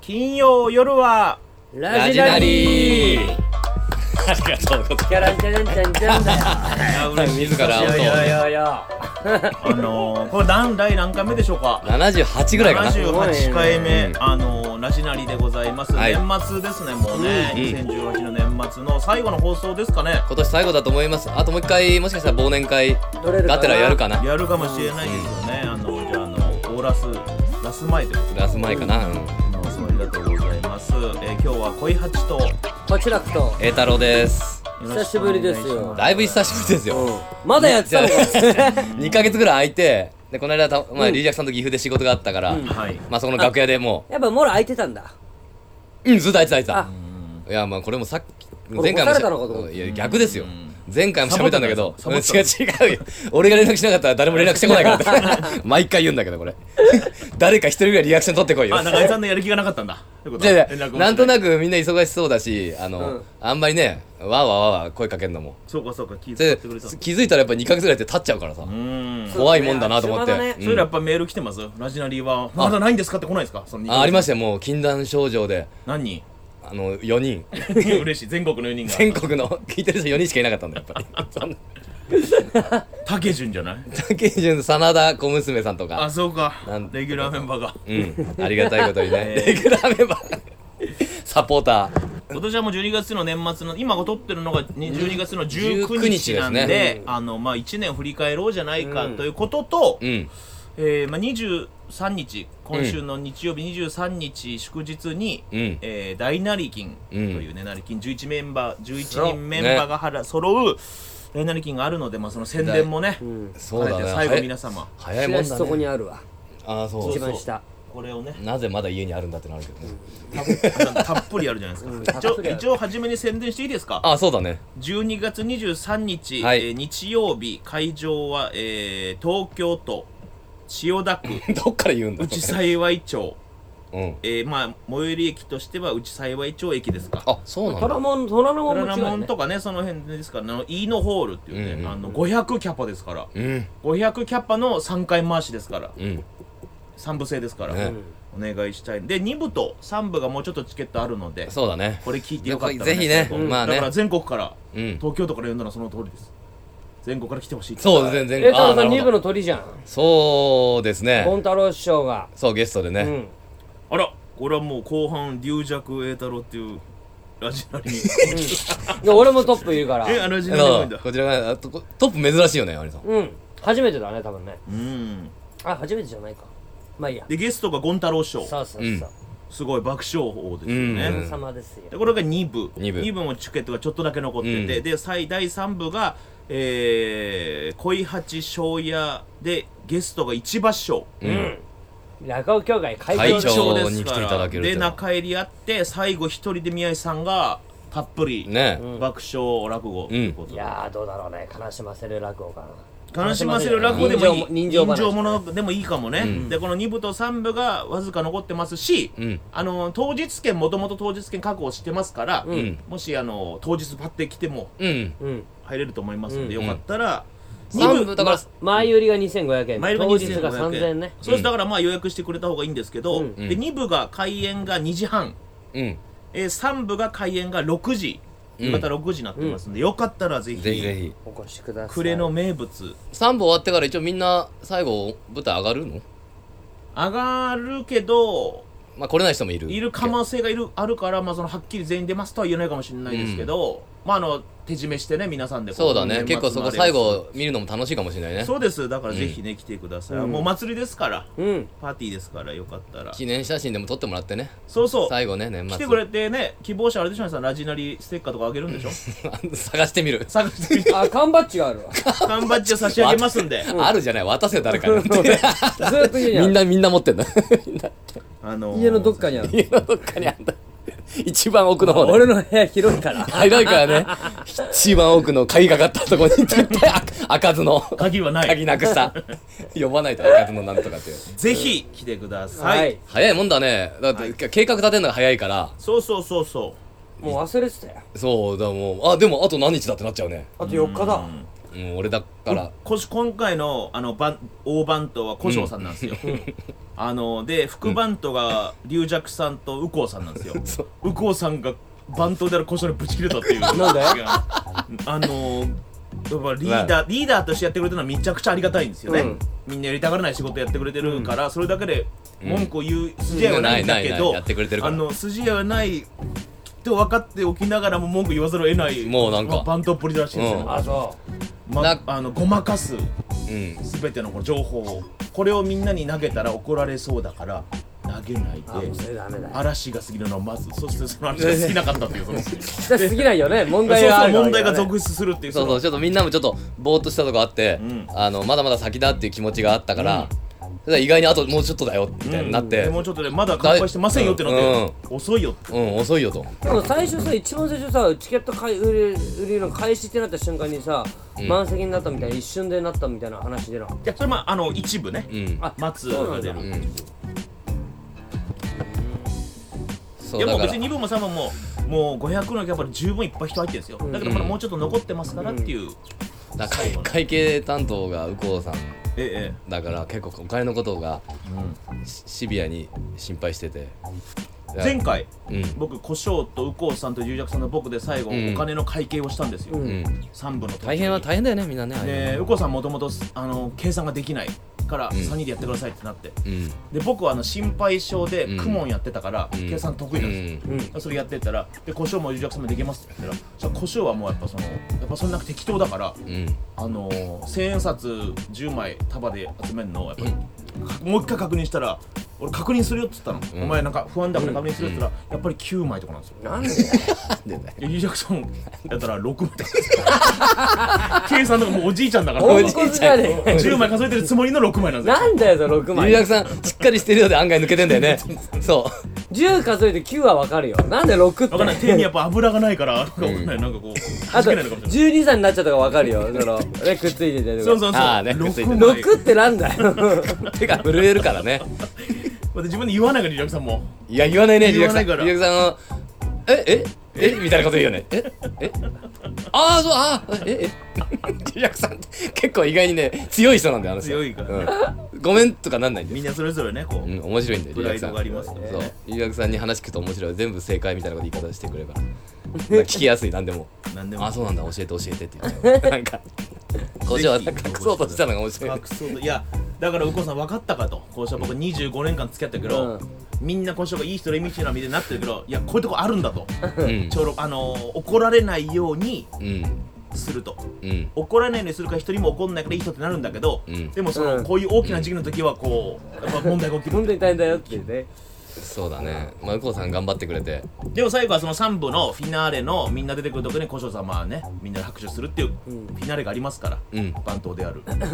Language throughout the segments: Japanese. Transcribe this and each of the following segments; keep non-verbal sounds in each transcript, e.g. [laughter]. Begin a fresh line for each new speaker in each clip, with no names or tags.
金曜夜はラジナリー
ありがとうござい
キャランチャランチャンチャンだ
[laughs]
よ。
ます自ら
いや
音
いやい
を
やいや。
あのー、これ何第何回目でしょうか
78ぐらいかな
78回目、
うん
あのーラジナリでございます、
はい
年末ですねもうね、
うん
2018の年末の最後の放送ですかね
今年最後だと思いますあともう一回もしかしたら忘年会
取れるかな
がてらやるかな
やるかもしれないですよね、あのじゃああのオーラスラス前ということ
ラス前かなうん
でお座りだとうございます、えー今日は恋八とよ
こちらくと。
栄太郎です
ろしくお願いします
久しぶりですよ
だいぶ久しぶりですよ
まだやってたのか。
2ヶ月ぐらい空いてでこの間た、まあ、
うん
リージャクさんと岐阜で仕事があったから、
うん
はい
まあそこの楽屋でも
やっぱもろ空いてたんだ。
ううんずっとあいつあいつだ
あ、
いやまあこれもさっき
俺
前回も
干されたのかと思っ
いや逆ですよ前回も喋ったんだけど
サ
うん
ボ
違う
ってない
違うよ俺が連絡しなかったら誰も連絡してこないからって毎回言うんだけどこれ誰か一人ぐらいリアクション取ってこいよ
あ中井さんのやる気がなかったんだということ
じ
は [laughs]
ゃ
連絡もし
なんと
く
なくみんな忙しそうだしあの、
うん
あんまりねわーわーわーわー声かけるのも
そうかそうか気遣
で
ってくれたう
気づいたらやっぱ2ヶ月ぐらいって経っちゃうからさ、
ーん
怖いもんだなと思って、
そうだね
うん
それやっぱメール来てますラジナリーはまだないんですかって来ないですかその
あありま
し
したよもう禁断症状で
何人
あの4人
[laughs]
[laughs]
嬉しい全国の4人が
全国の聞いてる人4人しかいなかったんだやっぱりそんな
竹潤じゃない
竹井潤真田小娘さんと
あ
か
そうか
なん
レギュラーメンバーが
うんありがたいことにね
[laughs] えー
レギュラーメンバーサポーター
今年はもう12月の年末の今撮ってるのがに12月の19日なん
19日です
であのまあ1年振り返ろうじゃないかということと
うん
えーまあ23日今週の日曜日23日祝日に
うん
えー大成金というね成金11メンバー11人メンバーがはら揃う大成金があるのでまあその宣伝もね
うん。
そうだね
最後
早い
皆様
早いも
チ
んだ
ラシ
ね
そこにあるわ。
ああそ
そう
一番下。
これをね
なぜまだ家にあるんだってなるけどね、
たっぷりあるじゃないですか一
たっ
応
ぷりある
一応初めに宣伝していいですか
ああそうだね [laughs]
12月23日、
はい
えー日曜日会場は、えー東京都千代田区
どっから言うんだ
内幸町、
うん
えーまあ、最寄り駅としては内幸町駅ですか
あ [laughs] そうなんだ
虎門虎ノ
虎
門も違
ノ
うよね
門。とかねその辺ですからあの飯野ホールっていうね、
うんうん
あの500キャパですから
うん
500キャパの3回回しですから
うん
3部制ですから、
ね
お願いしたいで2部と3部がもうちょっとチケットあるので
そうだね
これ聞いてよかったら、
ぜひね
最後
まあね
だから全国から
うん
東京都から呼んだのはその通りです全国から来てほしい
そう全然
え、た
あ
だ
あな
さん
る
二
ほ
部
ど
の鳥じゃん。
そうです
ボン
ね
太郎師匠が。
そうゲストで
う
ね、
ん。
あら、これはもう後半、龍尺栄太郎っていうラジナリー。
で、俺もトップいるか
[laughs]
ら。
え、あラジ
[laughs] あ
ナリー多いん
の
だ。
こちらがあとこトップ珍しいよねアリさん
うん。初めてだね、多分ね。
うん。
あ、初めてじゃないか。まあいいや。
で、ゲストがゴン太郎師匠。
さあさあ
うん
さあ。
すごい爆笑王ですよね。
うん
お疲れ様ですよ
で。これが2部
二部
もチケットがちょっとだけ残ってて、
うん
で最第3部が、えー、恋八庄屋でゲストが市場師匠
うん
落語協会会
会
長
長に来ていただけると
で中入りあって最後一人で宮井さんがたっぷり、
ね
爆笑落語ということ
い
で、
やーどうだろうね悲しませる落語かな
悲しませる落語でもいい
人情人情
も
もの
のでもいいかもね、でこの2部と3部がわずか残ってますし、
うん
あの当日券もともと当日券確保してますから、
ん
もしあの当日パッて来ても
うん
うん
入れると思いますんで、
うん
よかったら、二
3部だから、
前売りが2500円
前売り
当日が
2500
3000円ね
そうですだからまあ予約してくれた方がいいんですけど、
うん
で2部が開演が2時半、
うん
えー、3部が開演が6時
うん
また6時になってますんで、よかったらぜひ
ぜひぜひ
お越しください
暮れの名物
3部終わってから一応みんな最後舞台上がるの
上がるけど
まあ来れない人もいる
いる可能性がいるあるから、まあ、そのはっきり全員出ますとは言えないかもしれないですけど、まああの手締めしてね皆さんでこ
そうだね
年末
結構そ
の
こ
あれを
最後見るのも楽しいかもしれないね
そうですだからぜひね、来てください、
うん
もう祭りですから
うん
パーティーですからよかったら
記念写真でも撮ってもらってね
そうそう
最後ね年
来
末
てくれてね希望者あれでしょ皆さんラジナリステッカーとかあげるんでしょ
[laughs] 探してみる
探してみて
あ缶バッジがあるわず
缶バッジを差し上げますんで
あるじゃない渡せよ誰
[laughs]
かに
ーっと家にあ
み
る
んなみんな持ってんだ
あのー
家のどっかにある
家のどっかにあんだ一番奥の方ね
俺の部屋広いから
広いからね一番奥の鍵かかったとこに絶対あ開かずの
鍵はない
鍵なくした呼ばないと開かずのなんとかっていう
ぜひ来てください、
早いもんだねだって、計画立てるのが早いから
そうそうそうそ
もう忘れてたよ
そうだもうあでもあと何日だってなっちゃうね
あと4日だ
うん俺だか
う
ら
こし今回のあのバン大番頭は古生さんなんですよ、 [laughs] あので副バントが龍尺さんと右近さんなんですよ
そう
右近さんがバントである故障にぶち切れた
[laughs]
っていう
なんで
あのやっぱリーダーリーダーとしてやってくれてるのはめちゃくちゃありがたいんですよね、
うん
みんなやりたがらない仕事やってくれてるから、それだけで文句を言う筋合いはないんだけ
ないないな
ど
いやってくれてるか
あ
ら
の筋合いはないと分かっておきながらも文句言わざるを得ない
もうなんか
まあバントっぷりらしいんですよ、
うん
ね
あそ
ま
な、
あのごまかす
うん
全てのこの情報をこれをみんなに投げたら怒られそうだから投げない
あもうそ
で
れダメだよ
嵐が過ぎるのをまずそしてその嵐が過ぎなかったっていうその
聞きたすぎないよね問
そう
題はあ
そう
るからね
問題が続出するっていう
そうそうちょっとみんなもちょっとぼーっとしたとこあって、
ん
あのまだまだ先だっていう気持ちがあったから、それで意外にあともうちょっとだよみたいになって、
で
うん
もうちょっとねまだ乾杯してませんよってなって、遅いよって
遅いよと
でも最初さ一番最初さチケット買い売り売りの開始ってなった瞬間にさ、満席になったみたいな一瞬でなったみたいな話出なかっ
いやそれまああの一部ね、
うん
たあ
松
そうな
が
ん
出
だ
る、い
そう
やも
だ
う
か
別
ら
に2分も3分ももう500のキャパで十分いっぱい人入ってるんですよ、だけどまだもうちょっと残ってますからっていう、
だから会会計担当が右近さん
ええ
だから結構お金のことが
ええ、うん
シシビアに心配してて
前回、
うん
僕胡椒と右近さんと龍尺さんの僕で最後、
うん
お金の会計をしたんですよ、
うん
うん
三3部の時
大変は大変だよねみんなねああいう
で右近さんもともとあの計算ができないから3人でやってくださいってなって、
うん
で僕はあの心配性で
うん
公文やってたから、
ん
計算得意なんですよ、
うん
それやってたらで胡椒も龍尺さんもできますって言ったらじゃあ胡椒はもうやっぱそのやっぱそんな適当だから
うん
あのー、千円札10枚束で集めるのをやっぱり、かもう一回確認したら俺確認するよっつったの、お前なんか不安だから確認するよっつったら、やっぱり9枚とかなんですよ
なんで
でリージャクソンやったら6枚とかですよ計算とかもう [laughs] おじいちゃんだから
大
お
ン
じい
コじゃね
[laughs]
え
10枚数えてるつもりの6枚なんですよ
なんだよその6
龍
枚
薬さんしっかりしてるようで案外抜けてんだ
[laughs]
よねそう
10数えて9はわかるよなんで6って
わかんない手にやっぱ油がないからなんかわかんないなんかこう弾
あと
けないのかもしれない
12歳になっちゃったかわかるよそ
[laughs]
のねくっついてて
そうそうそう
あーねくっついてる
6枚
6ってなんだよ [laughs]
手が震えるからね
また自分で言わないからリージャクソンも
いや言わないねリ
言
ラク
わな
さ
んい
リ
か
ラ
ら
クさんのえええみたいなこと言うよねええああそうああえ [laughs] えリラクさん結構意外にね強い人なんだよあの人
強いから
うん、ごめんとかなんないんだ
み
よ
んなそれぞれねこ
う
うん
面白いんだよ
プ
リラ
ラ
ク
イ
さん
ドがありますから
そ
ね
うリラクさんに話聞くと面白い全部正解みたいなこと言い方してくれるから聞きやすい何でも
なんでも
あそうなんだ教えて教えてって言っ
[laughs]
ちゃうなんかこっちはなんか隠そうとしたのが面白い
隠そうといやだから右近さん分かったかとこうした僕25年間付き合ったけど、
うん
みんなこうしたがいい人レミシュラみたいになってるけどいやこういうとこあるんだと
うん
ちょうどあのー怒られないように
うん
すると
うん
怒られないようにするから一人も怒んないからいい人ってなるんだけど、
うん
でもその、
うん
こういう大きな時期の時はこうやっぱ問題が起きる
[laughs]
本当に大変だよっていうね
そうだねまあ右近さん頑張ってくれて
でも最後はその3部のフィナーレのみんな出てくるとこに古生様はねみんなで拍手するっていうフィナーレがありますから、
うん
番頭である
でも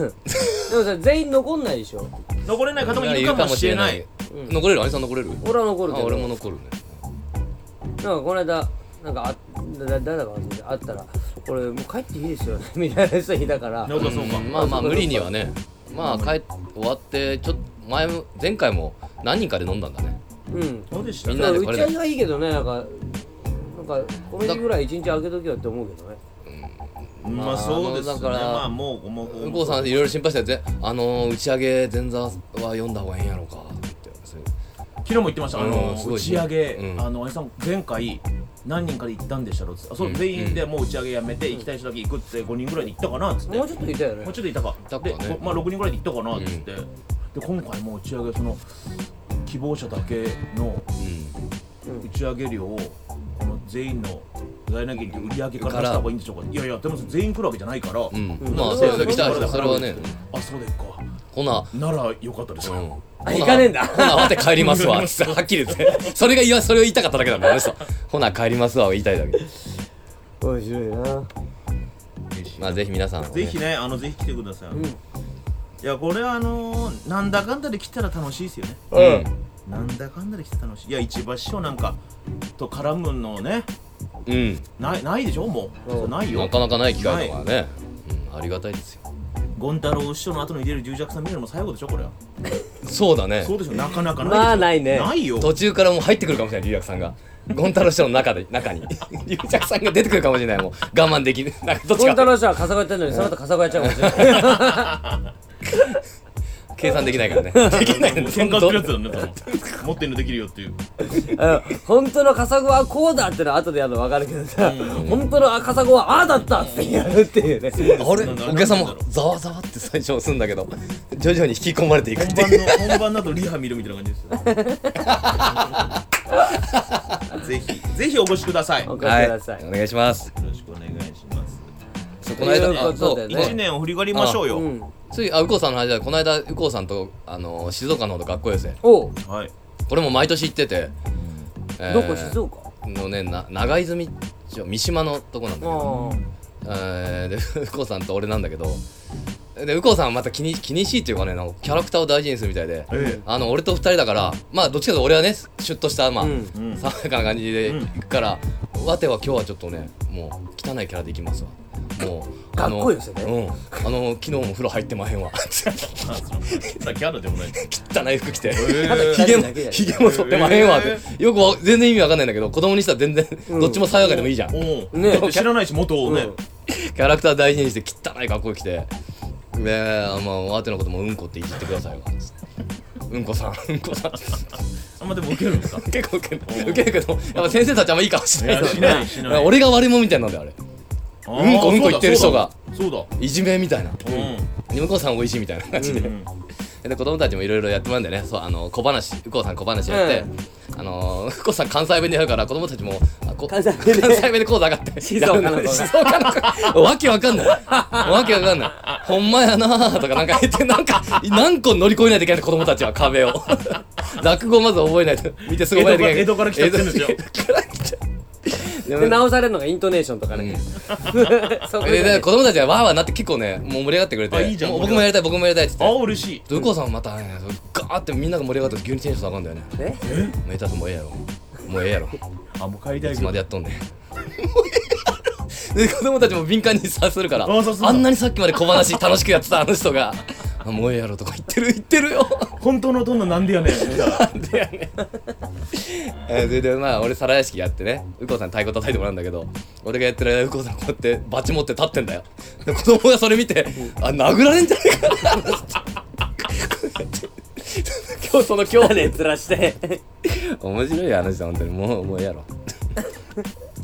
さ全員残んないでしょ
残れない方もいるかもしれない
うん
残れる兄さん残れる
俺は残る
あ
けど
俺も残るね
なんかこの間なんかあだだ誰だか忘れてあったら「俺もう帰っていいですよね」 [laughs] みたいな人いたから
そうかそうか、
うんまあまあ無理にはねまあ帰っ終わってちょっと前も前回も何人かで飲んだんだね
うん
そうでした
みんな
だから打
でこれ
ち上げはいいけどねなんかなんかこの日ぐらい一日空けときよって思うけどね
まあそうですね
あのだから
まあもうもう
向こうさんいろいろ心配してて「あのー、打ち上げ前座は読んだ方がええんやろか」って言ってそれ
昨日も言ってました、あ
う
の
んすごい
打ち上げ、
うん
あの兄さん、前回、何人から行ったんでしたろうっつってあそう、
うん
全員でもう打ち上げやめて、行きたい人だけ行くって、5人ぐらいで行ったかなっつって、
も
も
うちょっといたよ
う
ね
ちょっといたか、
たか
で
ね
こまあ、6人ぐらいで行ったかなっつって、で今回もう打ち上げ、その希望者だけの
うん
打ち上げ料を、この全員の大なぎりで売り上げから出した方がいいんでしょうか、いやいや、でも全員来るわけじゃないから、
うん、
ん
まあ
そ
そうう
だ
そう来た人それはね、
あ、そうでっか、
ほな
ならよかったです。
うん
あ
ほな
行かねえんだ
ほなわて帰りますわつってはっきり言ってそれが言わそれを言いたかっただけだもんあの人ほな帰りますわを言いたいだけ
面白いな
まあぜひ皆さんもね
ぜひね、あのぜひ来てください。
ん
いや、これはあのー、なんだかんだで来たら楽しいですよね。
うん
なんだかんだで来て楽しい。いや、市場師匠なんかと絡むのね、
うん
ないないでしょ、もう。
うん
そうないよ
な。かなかない機会だからね、うん、ありがたいですよ
ゴン太郎師匠の後に出る重弱さん見るのも最後でしょ、これは。
そうだね
そうでしょ、なかなかないでしょ。
まあないね
ないよ。
途中からもう入ってくるかもしれない龍クさんがゴン太郎師匠の中で中に龍クさんが出てくるかもしれないもう我慢できるなんかどっち
本当
か
の人はカサゴやってんのにその後カサゴやっちゃうかもしれない
計算できな
[laughs]
いからねできない
喧嘩するやつだよね多分持ってんのできるよっていう
あの本当のカサゴはこうだってのは後でやるの分かるけどさ、本当のカサゴはああだったってやるっていうね、
あれ
なんだ
お客さんもざわざわって最初するんだけど徐々に引き込まれていくっ
本
て
番
いう
の本番だとリハ見るみたいな感じ
[laughs]
ですよぜひぜひお越しください
お
よ
越しください、
お願いします
ろしくお願いします
そうこの間
というこ
あそ
とで
う
ね
こ
一年を振り返りましょうよ、
うん、
ついあ右近さんの話だこの間右近さんとあの静岡の方の学校寄せ
おう
はい
これも毎年行ってて、えー
どこ静岡
のねな長泉町三島のとこなんだけど
あ
えーで [laughs] 右近さんと俺なんだけどで右近さんはまた気に気にしいっていうかねなんかキャラクターを大事にするみたいで、
ええ
あの俺と二人だからまあどっちかというと俺はねシュッとしたまあ、
うん
うん
爽やかな感じで
うん
行くから、わては今日はちょっとねもう汚いキャラで行きますわもうあの
かっこいいですよね
うん、あの昨日も風呂入ってまへんわ
あさっきあるでもない
汚い服着て
えー
[laughs] ひげも
だけじゃない
ひげも取ってまへんわって、よくわ全然意味わかんないんだけど子供にしたら全然
うん
どっちも爽やかでもいいじゃん、
おう
ね
だって知らないし元をね、
うん
キャラクター大事にして汚い格好着て「ねえまあわてのこともうんこっていじってくださいわ」つってうんこさんうんこさん」
あんまでも受けるんですか
[laughs] 結構ウケるウケるけどやっぱ先生たちあんまいい顔しない
いやしないしない
俺が悪者みたいなんだよあれ
あ
う
ー
んこうんこ言ってる人が
そうだそう
いじめみたいな
だうん
向こうさんおいしいみたいな感じで、で子供たちもいろいろやってもらうんだよねそうあの小話右近さん小話やって、あの右近さん関西弁でやるから子供たちもあこ
関西弁で
関西弁でこう上がって
静岡の子が
やる静岡の子わけわかんないわけわかんないほんまやなーとかなんか言ってなんか何個乗り越えないといけない子供たちは壁を落語まず覚えないと見てすごい覚えないといけない
江戸から江戸から来たってんですよ
江戸から来た
で直されるのがイントネーションとかね、 [laughs] そこ
で
で
で
ね
子供たちがわーわーなって結構ねもう盛り上がってくれ
あ
て
いいじゃん
もう僕もやりたい僕もやりたいっつって
ああ嬉しい
で右近さんはまたねガーってみんなが盛り上がった時急にテンション上がるんだよね
ね
メタフもうええやろもうええやろい
あもう帰りたい
つ
け
ま
ど
でやっとんねんもうええやろで子供たちも敏感に察するから
あ察するんだ
あんなにさっきまで小話楽しくやってたあの人があもうええやろとか言ってる言ってるよ
本当のどんななんでや [laughs] ねん
でやねえーそれでまあ俺皿屋敷やってね右近さんに太鼓叩いてもらうんだけど俺がやってる間右近さんこうやってバチ持って立ってんだよで子供がそれ見てあ殴られんじゃねえかな今日その今日
種ずらして
面白い話だ本当にもうもうええやろ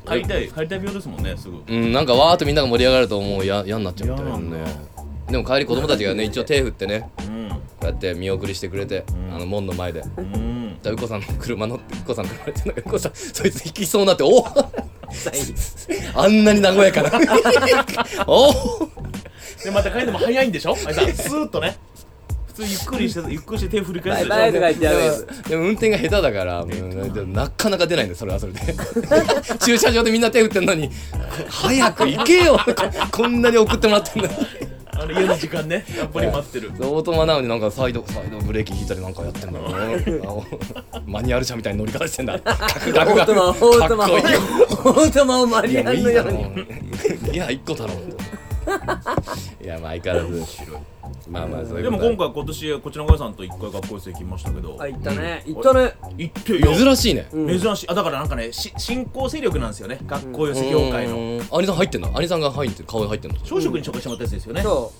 帰りたい帰りたい病ですもんねすぐ
うんなんかわーっとみんなが盛り上がるともうや嫌になっちゃうんだよ
嫌
ね
なんだ
でも帰り子供たちがね一応手振ってね
うん
こうやって見送りしてくれて、あの門の前でだか
うん
らうこさんの車乗ってうこさんの車乗ってんだけどうこさんそいつ行きそうになっておお [laughs] あんなに和やかな [laughs] おお
でまた帰るのも早いんでしょあいさんスーッとね普通ゆっくりしてゆっくりして手振り返すでしょ
バイバイとか言ってやるや [laughs] つ
でも運転が下手だから、うんでもなかなか出ないんだよそれはそれで [laughs] 駐車場でみんな手振ってんのに早く行けよこ [laughs] こんなに送ってもらってんのに
あの家の時間ねやっぱり待ってる
オートマなのになんかサイドサイドブレーキ引いたりなんかやってんだよなあのマニュアル車みたいに乗り方してんだガク
オ
ガク
ー
ガ
ト
ク
マ
か
オ
っこい
ー
い
トマをオートマをマ
い
リ
や
ア
もうい
ン
い
の
だ
よう
ろ
に
いや一個だろいやまあ相変わらずまあまあそうい
で
うこ
も
とだ
今回今年こちらのおさんと一回学校生行きましたけど
あ行ったね行ったね
行ってよ
珍しいね
うん
珍しいあだからなんかねし新興勢力なんですよね学校寄せ業界の
の兄さん入ってんの兄さんが入ってる顔に入ってんの
朝食に紹介してもらったやつですよね
そ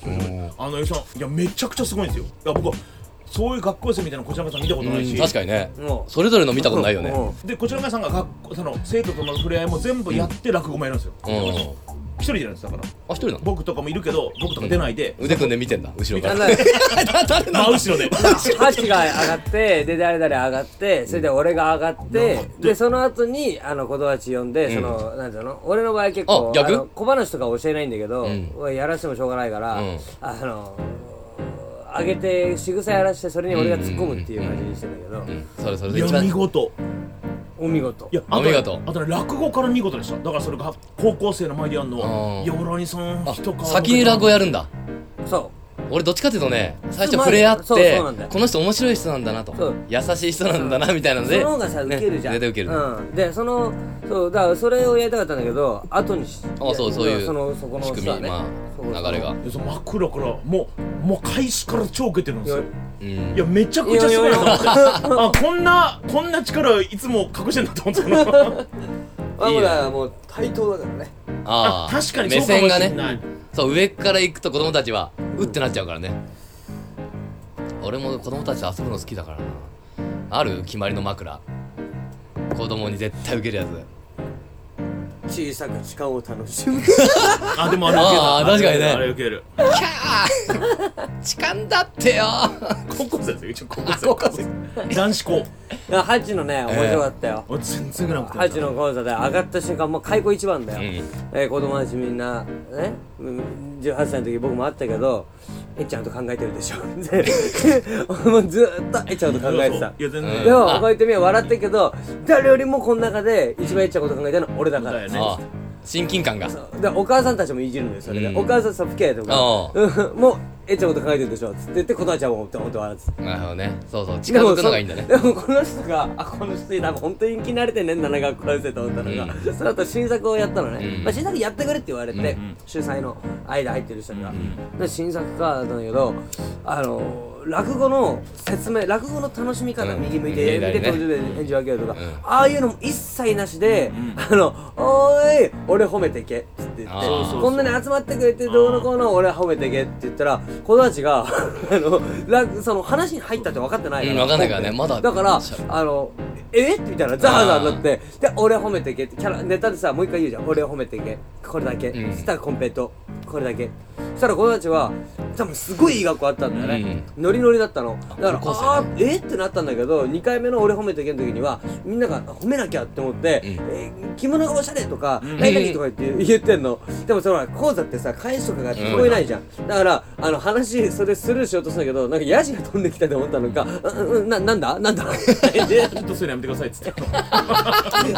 あのよさんいやめちゃくちゃすごいんですよいや僕はそういう学校生みたいなのこちらのおさん見たこと
う
ない
ん
し
確かにね
うん
それぞれの見たことないよね
うん
でこちらのおさんが学校その生徒との触れ合いも全部やって落語もやるんですよ
うん
一人じゃないですだから
あ一人なの
僕とかもいるけど僕とか出ないで
腕組んで見てんだ後ろか
あの
ら [laughs] 誰な
真
の
後ろ
[laughs]
で
箸が上がってで誰々上がってそれで俺が上がってでその後にあの子供たち呼んでそのなんていうの俺の場合結構
あ逆
あの小話とか教えないんだけど
ん
俺やらしてもしょうがないから
うん
あの上げて仕草やらしてそれに俺が突っ込むっていう感じにしてんだけど
うんそれそれ
い
で一
や見
番
事
お見事
いや
お見事
あとね落語から見事でしただからそれが高校生の前でやるの
あー
いや俺兄さん
あ
人か
先に落語やるんだ
そ
俺どっちかっていうとね最初
まあ
触れ合って
そうそうなんだよ
この人面白い人なんだなと
そう
優しい人なんだなみたいな
う
の
そ
で
の方がさ
ね
受けるじゃん
絶対受ける、
うんでそのそうだからそれをやりたかったんだけど後にし
あそうそういう
そのそこの
仕組み、
さね
ま
そうそう
あ流れが
いやその枕からもうもう開始から超受けてるんですよ
うん
いやめちゃくちゃすごいなと思ってあこんなこんな力いつも隠してんだと思ってたの
まあ
いい
も
ね
うだからもう対等だからね
あ
あ
ー
確かに
目
そうか
線
も
が
しれ
ね
ない
そう上から行くと子供たちはうってなっちゃうからね俺も子供たちと遊ぶの好きだからなある決まりの枕子供に絶対受けるやつ
小さく時間を楽しむ
あでもあれ受ける
あー確かにね
あれ受ける
キャー痴漢だってよ
高校生ですよ一応高校生男子校
やハチのね面白かったよ、
俺全然受けなくて
ハチの講座で上がった瞬間もう開口一番だよ、
うん
えー子供たちみんなねうん18歳の時僕もあったけどえっちゃんと考えてるでしょ [laughs] で俺もずーっとえっちゃんと考えてた
いや全
うん
然
でも
あ
こうやってみれば笑ってるけど誰よりもこの中で一番えっちゃんこと考えたのは俺だか
だよ
ら
ね
ああ親近感が
でお母さんたちもいじるんですよそれで、
うん
お母さんさ不敬とか
あ
うんもうえっちゃんこと考えてるでしょっつって言って子供ちゃんも本当笑ってた
なるほどねそうそう近づくのがいいんだね
でもそでもこの人があこの人多分本当に生き慣れてねえんだな学校の生と思ったのが、その後新作をやったのね、
うん
まあ、新作やってくれって言われて、
ん
主催の間入ってる人には、
う
で新作かだったんだけどあの落語の説明落語の楽しみ方、
うん
右向いて、
うん
見て
ね
途中で演じ分けるとか、
うん
ああいうのも一切なしで、
うん
あの「おーい俺褒めてけ」っつって言
あ
って
ー
こんなに集まってくれてどうのこうの俺は褒めてけって言ったら子供たちがあの落その話に入ったって分かってない
うん分かんないからねまだ
だから
しゃべ
あのえみたいなザワザワになってで俺褒めてけってキャラネタでさもう一回言うじゃん俺褒めてけこれだけ、
うん
そしたらコンペイトこれだけそしたら子供たちは多分すごいいい学校あったんだよね、ノリノリだったのだからあ
高校生
あーえってなったんだけど2回目の俺褒めてけの時にはみんなが褒めなきゃって思って、
うん
えー着物がおしゃれとか、何々とか言って言ってんのでもその講座ってさ返しとかが聞こえないじゃん、だからあの話それスルーしようとしたんだけどなんかヤジが飛んできたと思ったのか「うんうんななんだなんだ?」で
ちょっとそれやめてくださいっつって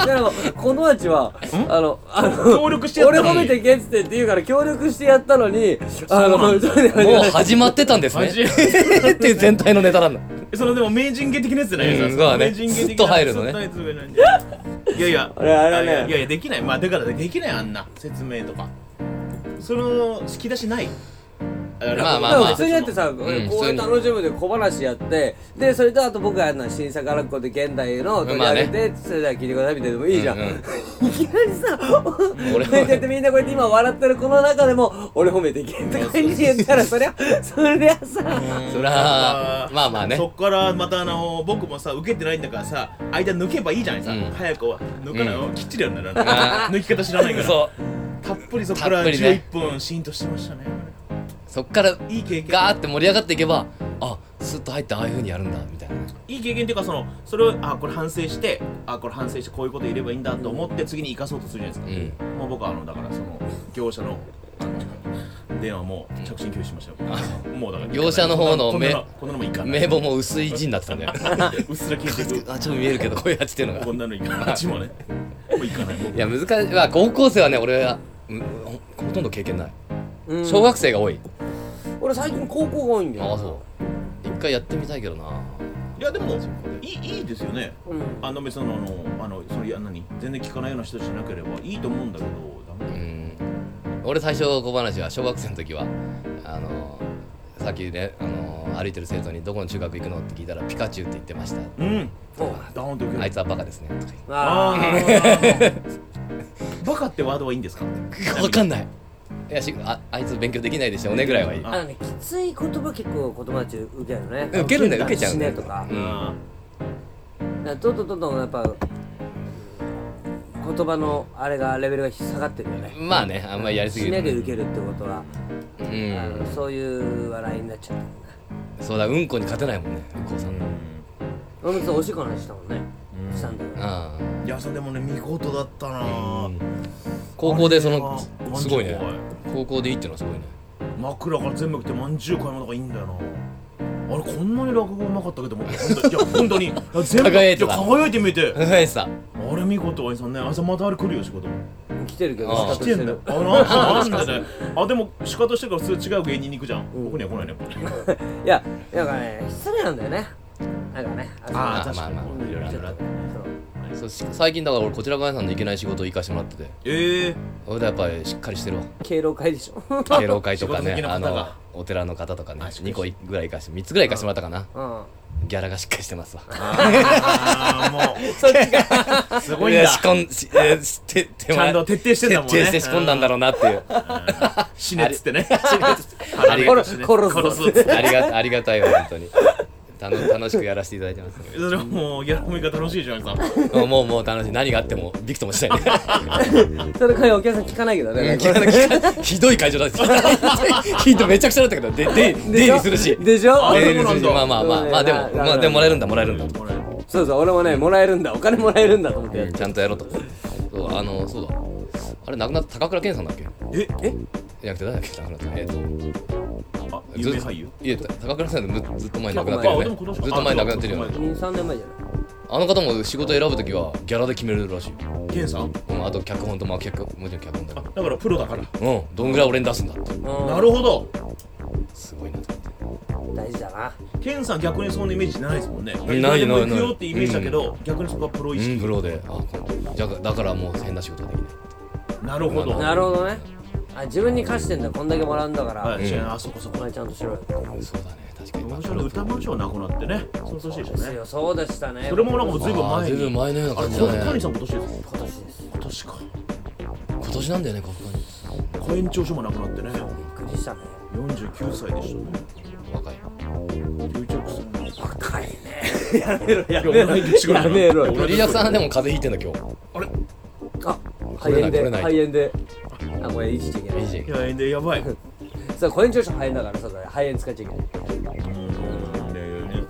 でもこの味はあのあの
協力してやったのに
俺褒めてけっつってって言うから協力してやったのにあの
そうなんだ
それで
もう始まってたんですね [laughs] っ
始まって
いう全体のネタなんだ
そのでも名人芸的なやつじゃない
うん
です
そうだね
名人芸的な
ずっと入るのね
ずっと入るやつじゃないいやいや
あれあれね
いやいやできないまあだからできないあんな説明とかその引き出しない
まあまあ
でも
まあ
普通にやってさ、
ん
こういう楽しむで小話やって、でそれとあと僕がやるのは新作ラッコで現代の取り上げ
ま
て、それでは聞いてくださいみたいなのもいいじゃん、
うんうん
[laughs] いきなりさ
俺
こうやってやってみんなこうやって今笑ってるこの中でも俺褒めていけって感じで言ったらそりゃそりゃさ
そりゃあまあまあね
そっからまたあの僕もさ受けてないんだからさ間抜けばいいじゃないさ、
うん
早くは抜かない、
う
きっちりやるんだよ
あ
抜き方知らないから
[laughs] そう
たっぷりそっから
たっぷりね
11分シーンとしてましたね
そっから
いい経験
ガーって盛り上がっていけばあスッと入ってああいうふうにやるんだみたいない
い経験っていうかそのそれをあこれ反省してあこれ反省してこういうこと言えればいいんだと思って次に生かそうとするじゃないですか、もう僕はあのだからその業者のあの電話も着信拒否しましたよ、もうだから
業者の方の
こんな
め
こんなのもい [laughs] かない
名簿も薄い字になってたんだよ
うっすら聞いてく
あちょっと見えるけどこういうやつっていうのが
こんなのいかないあっちもねもういかないもう
いや難しい、まあ、高校生はね俺はうんほほとんど経験ない小学生が多い、
俺最近高校が多いんだ
ああ
よ
そう一回やってみたいけどない
やでもいいいいですよね
うん
あの別にあのあのそれいや何全然聞かないような人じゃなければいいと思うんだけどダ
う
メ
ん俺最初小話は小学生の時はあのさっきねあの歩いてる生徒に「どこの中学行くの?」って聞いたら「ピカチュウって言ってました」
うん
そう
ダーンと受ける
あいつはバカですね」とか
あ
あーバカってワードはいいんですか
言 [laughs] って「わかんない」いやしああいつ勉強できないでしょうねぐらいはいい
ああのねきつい言葉結構子供たち受けるのね
受けるんだよ受けちゃうんだよ
死ねとか
うん
あ
だからどんどんどんどんやっぱ言葉のあれがレベルが下がってるよね
まあねあんまりやりすぎ
死ね
る
で受けるってことは、
う
あの
ん
そういう笑いになっちゃったもんね
そうだうんこに勝てないもんねうんこさんの
俺もちょっとおしっこの話したもんねしたんだよ
あ
ーいやそれでもね見事だったな
あう
ー
ん高校でそ
あれは
のすごいね
マジ
高校でいいってのはす [laughs] ごいね
枕から全部食ってまんじゅう買い物とかいいんだよなあれこんなに落語うまかったけどもいや本当にいや
[laughs]
全部
輝いてた
や輝いて見えて
はいさ
あれ見事おじさんね朝またあれ来るよ仕事
来てるけど
ああ
仕方
来てんだよあなんなんだねあでも仕方してるから普通違う芸人に行くじゃん、僕には来ないね
いやなんかね失礼なんだよねなんかね
ああ
まあ
確かに、
まあまあいろいろあるな
って
そう
そうし最近だから俺こちら側さんで行けない仕事を行かしてもらってて
ええ
俺やっぱりしっかりしてるわ
敬老会でしょ
[laughs]
敬老会とかね
仕事好きな
あ
方が
のお寺の方とかね
あしっかり
2個ぐらい行かして3つぐらい行かしてもらったかな
うん
ギャラがしっかりしてますわ
あーもう
[laughs] そっちが
すごいんだ
仕込んし、えー、して手
ちゃんと徹底してんだもんね
徹底して仕込んだんだろうなっていう
死ねっつってね
あり
腹
が
が
殺す
死ね
殺す
殺すっつって
ありがあ [laughs] りがたいわ本当にたの楽しくやらせていただいてます
それはもうギャラ飲みが楽しいじゃんさん
もうもうもう楽しい何があってもびくともしない
[laughs]
それからお客さん聞かないけどね
聞かな聞かなひどい [laughs] 会場だってひどいめちゃくちゃだったけどでで出入りするし
でしょ
あ
出
そうなん
入り
だ
するしまあまあまあまあでもまあでももらえるんだもらえるんだ
これ
そうそう俺もねもらえるんだお金もらえるんだと思ってやっ
ちゃんとやろうとそうあのそうだあれ亡くなった高倉健さんだっけ
ええ
じゃなくて誰だっけ亡くなったえっと
あ有名俳優
いや高倉さんでもずっと前に亡くなってるよ
あでも
ね
今年
ずっと前に亡くなってるよね
あ
23年前じゃない
あの方も仕事選ぶときはギャラで決めるらしいよ
ケンさん
うん、あと脚本とまあ脚本もちろん脚本だ
あ
けど
だからプロだから
うんどんぐらい俺に出すんだって
なるほど
すごいなと思って
大事だな
ケンさん逆にそんなイメージじゃないですもんね
ないないない
行くよってイメージだけど逆にそこはプロ意
うん
識
プロであこじゃだからもう変な仕事はできない
なるほど
なるほどねあ自分に貸してんだこんだけもらうんだから、
はい
うん
違うあそこそ
お
こ
前ちゃんとしろよ
そうだね確かにま
友
あプ
達
ロ
の
と
歌ましょうなくなってねその年で
で
した
す
ね
よそうでしたね
それもなんかもうずいぶん
あー
前
ずいぶん
に
前のような
あれ
感じ
小
だ
谷
ね
さん今年ですか
今年です
今年か
今年なんだよねここに
小延長書もなくなってね
びっくりしたね
49歳でしたね
若い
流着するの
若いね
やめろ
やめろよ
リアさんでも風邪ひいてんだ今日
あれ
あ肺
れな
炎
い
で
これない
肺炎であこれ生きちゃいけない
いいじゃん
いやでやばい
そう個人調子肺炎だからそうだね肺炎使っちゃいけない
うんだよねなんか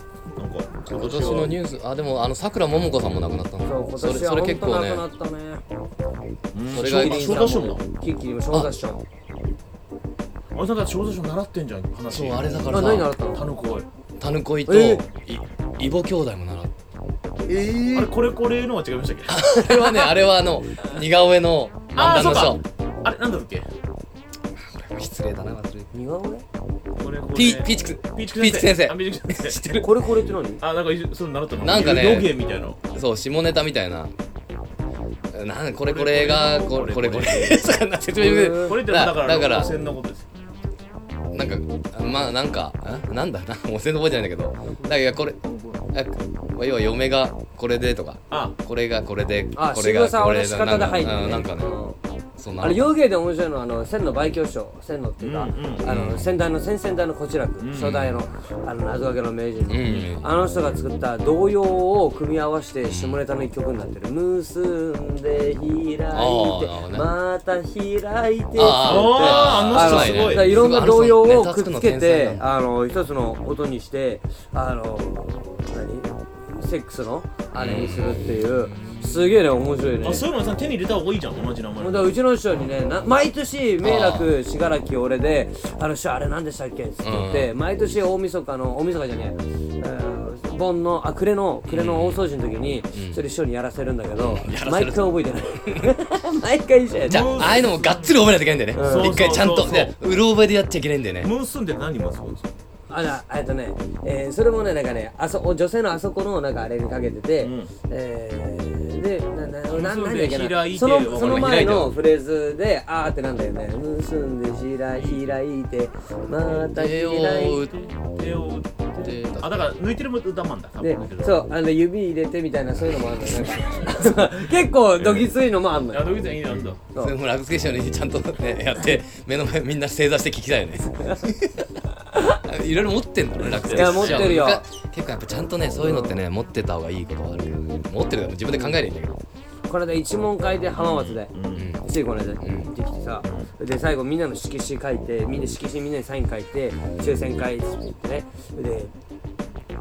今年のニュースあでもあのさくらももこさんも亡くなった
そう
の
今
それ
年は
それ
本
結
当
構
な
ね
くなったね
それが
あ小座賞だ
キッキリも小雑賞
あいつなんか小座賞習ってんじゃん話
そうあれだか
あ
ら
何習っ
さ
たの
タヌコ
タヌコイと
え
いイボ兄弟も習った
あれこれこれのは違いましたっけ
あれはねあれはあの似顔絵の漫
あー
談
そ
の
う
人
かあれなんだっけ
失礼だな忘れて
似顔
これこれ
ピピーチク
ピーチク
ピーチク先生
あピーチク先
知
生
ってる
絵これこれって何
あなんかいじそれ習ったの
なんかね
予言みたいな
そう下ネタみたいななんこれこれがこれこれこれ [laughs] とかな説明して
これって
だ
だから
だから
汚染のことです
なんかまあなんかんなんだな [laughs] もう全然覚えてないんだけどだからこれあ要は嫁がこれでとか
あ
これがこれで
あ
これ
渋
が
沢
こ
の
れ
仕方で入って
うん
ね
なんかね
うん
そんな
あれ幼芸で面白いのはあの千の売教書千のっていうか、
うんうんうん
あの先代の先々代のこちらく、初代のあの謎かけの名人の、
うん
あの人が作った童謡を組み合わせて下ネタの一曲になってる「結んで開いて
あーなるほどね
また開いて」
あーあの人すごい
だからいろんな童謡をくっつけて
あ
あの一つの音にしてあの何セックスのあれにするっていうすげえね面白いね
あそういうのさ手に入れた方がいいじゃん同じ名前
もうだからうちの師匠にねな毎年明楽信楽俺で「あの師匠あれ何でしたっけ?」って言って、毎年大晦日の大晦日じゃねえ、えー盆のあ暮れの暮れの大掃除の時に、それ師匠にやらせるんだけど、毎回覚えてない [laughs] 毎回一緒や
じゃあああいうのもがっつり覚えないといけないんだよね
うん
一回ちゃん
そ
と
うそうそう
でうろ覚えでやっちゃいけないんだよね
ムースンで何もそうですか
あらえっとね、えーそれもねなんかねあそ女性のあそこのなんかあれにかけてて、
ん
えーでななななん
結ん
だ
で
っけ
開い
な
て
そのその前
わか
のフレーズであーってなんだよね結んで開い開いてまた開
手を打
い
って
手を
て
あだから抜いてる歌マンだ多
で
分
そうあの指入れてみたいなそういうのもあるんだよ [laughs] なんか結構どぎついのもあんの
あ
よ
の歌いいなんだ
それもラグスケーションにちゃんと、ね、やって目の前みんな正座して聞きたいよね [laughs] いろいろ持ってんだろうねラグスケー
いや
ション
持ってるよ
結構やっぱちゃんとねそういうのってね持ってた方がいいことはあるけどね持ってるから自分で考えりゃいいんだけど
これで一問会で浜松で、
うん
ついこの間行ってきてさで最後みんなの色紙書いてみんな色紙みんなにサイン書いて抽選会って言ってね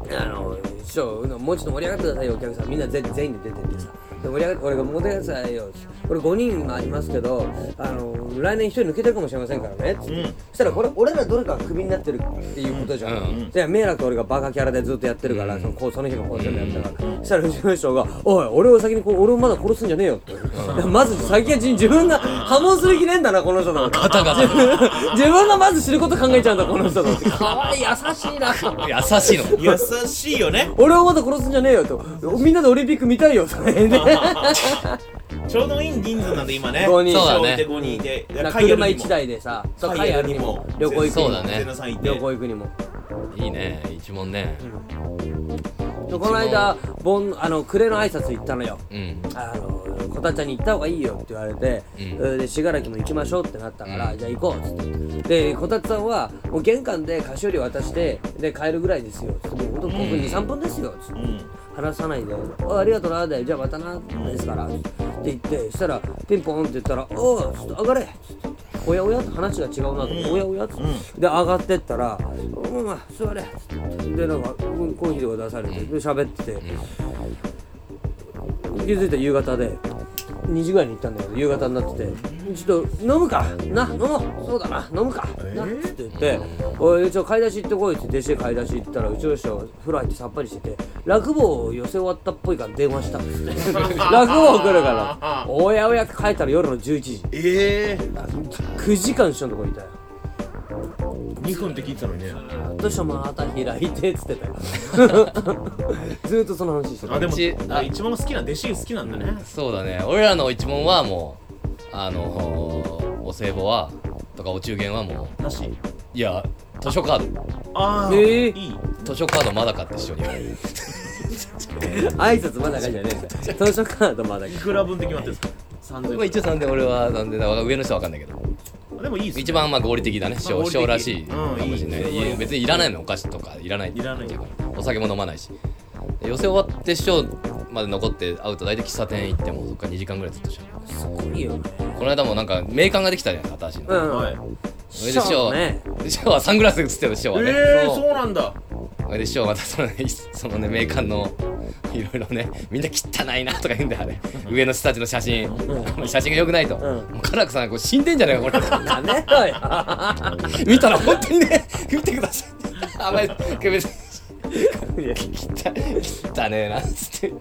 であの師匠もうちょっと盛り上がってくださいよお客さんみんなぜ全員で出てってさで盛り上がって俺が盛り上がってくださいよ俺5人ありますけどあの来年1人抜けてるかもしれませんからねっつって、そしたらこれ俺らどれかがクビになってるっていうことじゃん、
うん
じゃあ、迷惑俺がバカキャラでずっとやってるから、そのこうその日のこう全部やったから、そしたら藤野師匠が「おい俺を先にこう俺をまだ殺すんじゃねえよ」って、まず先は自分が破門する気ねえんだなこの人だ
肩が優
自分がまず知ること考えちゃうんだこの人だってかわいい優しいな
しいの
優しいよね
俺をまだ殺すんじゃねえよとみんなでオリンピック見たいよ [laughs] それで
ちょうどいい人数なんで今ね
五人
そう
小
だね
で5人いて
車
会やるにも
1台でさそう
カイ
海
ア
あ
ル
る
に
に
も
も旅行行くに
そう
も
だね
ゼナさんいて
旅行行くにも
いいね一問ね
この間ボンあの暮れの挨拶行ったのよ
うん
あのこたちゃんに行った方がいいよって言われて、
うん
それで信楽も行きましょうってなったから、
うん
じゃあ行こうっつってでこたつさんはもう玄関で菓子折り渡してで帰るぐらいですよつってもうほんと5分23分ですよつって
うん
話さないで「あありがとうな」で「じゃあまたな」ですからって言ってしたらピンポンって言ったら「おうちょっと上がれ」っつっておやおやって話が違うなと思っておやおやっつってで上がってったら「うんまあ座れ」っつってでなんかうんコーヒーとか出されてで喋ってて気づいたら夕方で2時ぐらいに行ったんだけど夕方になってて「ちょっと飲むかな飲もうそうだな飲むかな」っつって言って「おいうちの買い出し行ってこい」って弟子で買い出し行ったらうちの人が風呂入ってさっぱりしてて落語を寄せ終わったっぽいから電話したっつっ
[laughs]
て落語来るからおやおやって帰ったら夜の11時
ええ
9時間一緒のとこいたよ
2分って聞いてたのにね
どうしたまた開いてっつってたよ [laughs] ずーっとその話してた
あでも
一
あ一番好きな弟子好きなんだね
そうだね俺らの一問はもうあのお歳暮はとかお中元はも
なし
ういや図書カード
ああ
えー
いい
図書カードまだかって一緒に
挨拶まだかじゃねえんだよ図書カードまだ
い
か
くら分的になってるんですか3000
まあ一応3で俺はなんで上の人は分かんないけど
あでもいいっすね
一番まあ合理的だね
合
小
理的
小らしいか
うん
もしれない,、
いい
いや別にいらないのお菓子とかいらない
いらない
お酒も飲まないしで寄せ終わって師匠まで残って会うと大体喫茶店行ってもそっか2時間ぐらいずっとしゃべ
ら
る
すごいよね
この間もなんか名鑑ができたじゃん新しいの、
うん
はい
それで師匠、
そうね
師匠はサングラス映ってる師匠はね、
ええそうなんだ
それで師匠はまたその,、ね、 [laughs] そのね名鑑のいろいろねみんな汚いなとか言うんだよあれ上の人たちの写真、写真が良くないと、もう唐草さんこれ死んでんじゃないかこれ
やめろよ
[laughs] 見たら本当にね見てくださいあまり首切った [laughs] 汚ねえなっつって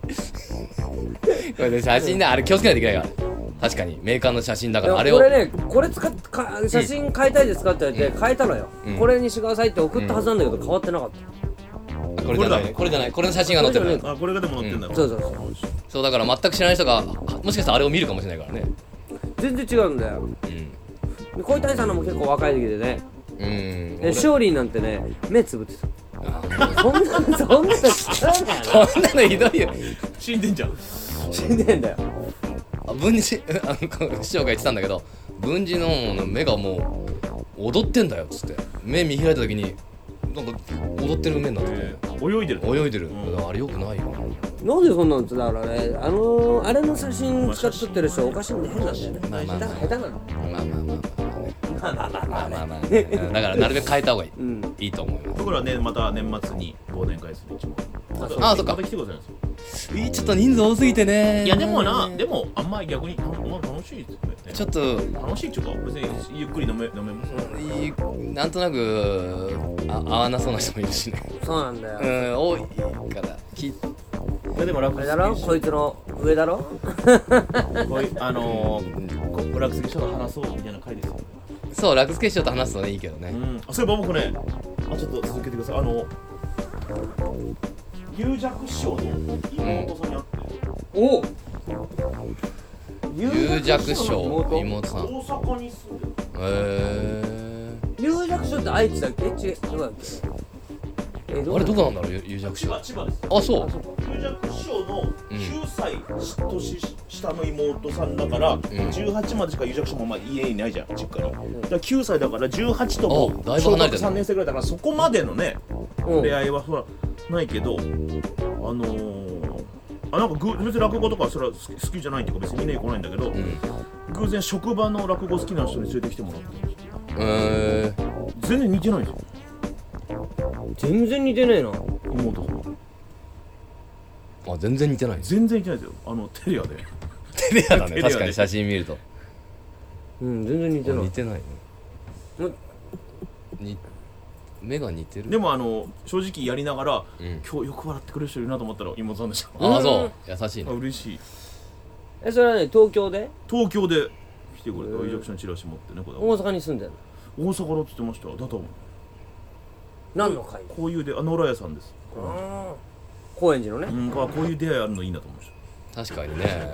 これで写真だあれ気をつけないといけないから確かにメーカーの写真だからあれを
これねこれ使っか写真変えたいですかって言われて変えたのよ、
うん
これにしてくださいって送ったはずなんだけど変わってなかった、
これじゃないこれじゃないこれの写真が載ってる
あこれがでも載ってんだ
そうそうそう
そうだから全く知らない人がもしかしたらあれを見るかもしれないからね
全然違うんだよで小谷さんのも結構若い時でね
うんう
で
ん俺
勝利なんてね目つぶってた
あ
そんなそんな汚い
ーこんなのひどいよ
死んでんじゃん
死んでんだよ
あ文治あの師匠が言ってたんだけど文治の目がもう踊ってんだよっつって目見開いた時になんか踊ってる目になってて、
泳いでる
泳いでる、
うん
あれよくないよ
なんでそんなんつだからねあのー、あれの写真使っとってる人おかしいんで変なんだよね
まあまあまあ
下手なの
まあまあまあまあまあまあまあまあねだからなるべく変えた方がいい、いいと思います
僕らねまた年末に忘年会する一問
あそっか
また来てくださいよ
えちょっと人数多すぎてね
いやでもなでもあんまり逆にあまあ楽しいですよね
ちょっと
楽しいっちゅうか別にゆっくり飲め飲めます
いいなんとなくあ合わなそうな人もいるしね
そうなんだよ、
うん多いからき
いやでも楽
あ
好
れ
き
だろこいつの上だろ
こういうあのーこう楽好き人と話そうみたいな回ですよ
そう楽助師匠と話すのねいいけどね、
うんあそういえば僕ねあちょっと続けてくださいあの牛弱師匠の妹さんに会って
お
有弱師匠妹さんへ
大阪に住んでる
え
有楽町って愛知だっけ違うどこだっけえ
あれどこなんだろう有有弱師
千
匠
葉千葉です
あそう
有弱師匠の9歳年下の妹さんだから、18までしか有弱師匠もまあ家にいないじゃん実家にだから9歳だから18とも
あだいぶ
小
離
学
れてる
3年生ぐらいだからそこまでのね
うん
出会いはほらないけどあのーあなんかぐ別に落語とかはそれは好き好きじゃないっていうか別に見に来ないんだけど、偶然職場の落語好きな人に連れてきてもらって
へえ
全然似てないんですよ
全然似てねえな
妹さん
あ全然似てないです
全然似てないですよあのテレアで
テレアだ
テレアね
ね [laughs] 確かに写真見ると
うん全然似てな
似
い
てないね
む
に目が似てる
でもあの正直やりながら、
うん
今日よく笑ってくれる人いるなと思ったら妹さんでした
ああそう優しい
あ [laughs]
ね
嬉しい
えそれはね東京で
東京で来てくれた有弱者のチラシ持ってねこれ
大阪に住んでる
大阪だって言ってましただと思う
何の会
こういうであ野良屋さんです
高円寺の
う
ね
んあこういう出会いあるのいいなと思いました
確かにね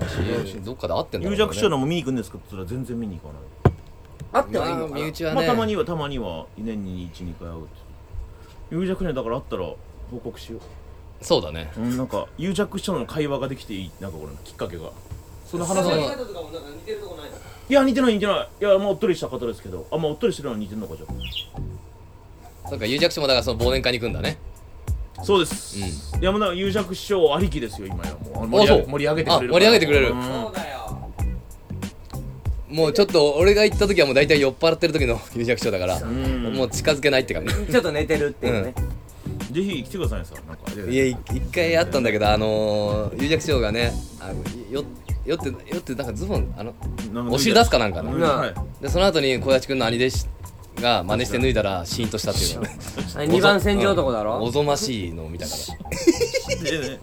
どっかで会ってんだろ
有
うね
弱者のも見に行くんですけどそれは全然見に行かない
あって
ま
はいい
あ
のか
身
な
内は
まあ、たま
ね
にはたまには年に12回会うって有弱ねだからあったら報告しよ
そうだね
う、うん、なんか有弱師匠の会話ができていいなんか俺のきっかけがその話
そ
が
うだ
とかもなんか似てるとこないの
いや似てない似てないいやもうおっとりした方ですけどあまあおっとりしてるのは似てんのかじゃ
そうか有弱者もだからその忘年会に行くんだね
あそうです、
う
いやもうだから有弱師匠ありきですよ今やもう盛
あ
り
そ
上
う
げ盛り上げてくれるから
あ盛り上げてくれる
うん
そうだよ
もうちょっと俺が行った時はもう大体酔っ払ってる時の有弱者だから
ん
もう近づけないって感じ
ちょっと寝てるっていうね
ぜひ来てくださいさなんか
いやい一回あったんだけどあのー、有弱師匠がねあのよ酔って酔ってなんかズボンあの
なん
お尻出すかなんかな
うん
なあ
はい
でその後に小林くんの兄弟子が真似して脱いだらシーンとしたっていうね
あ二番戦場男だ
うんお
ろ
ぞましいのを見たから
で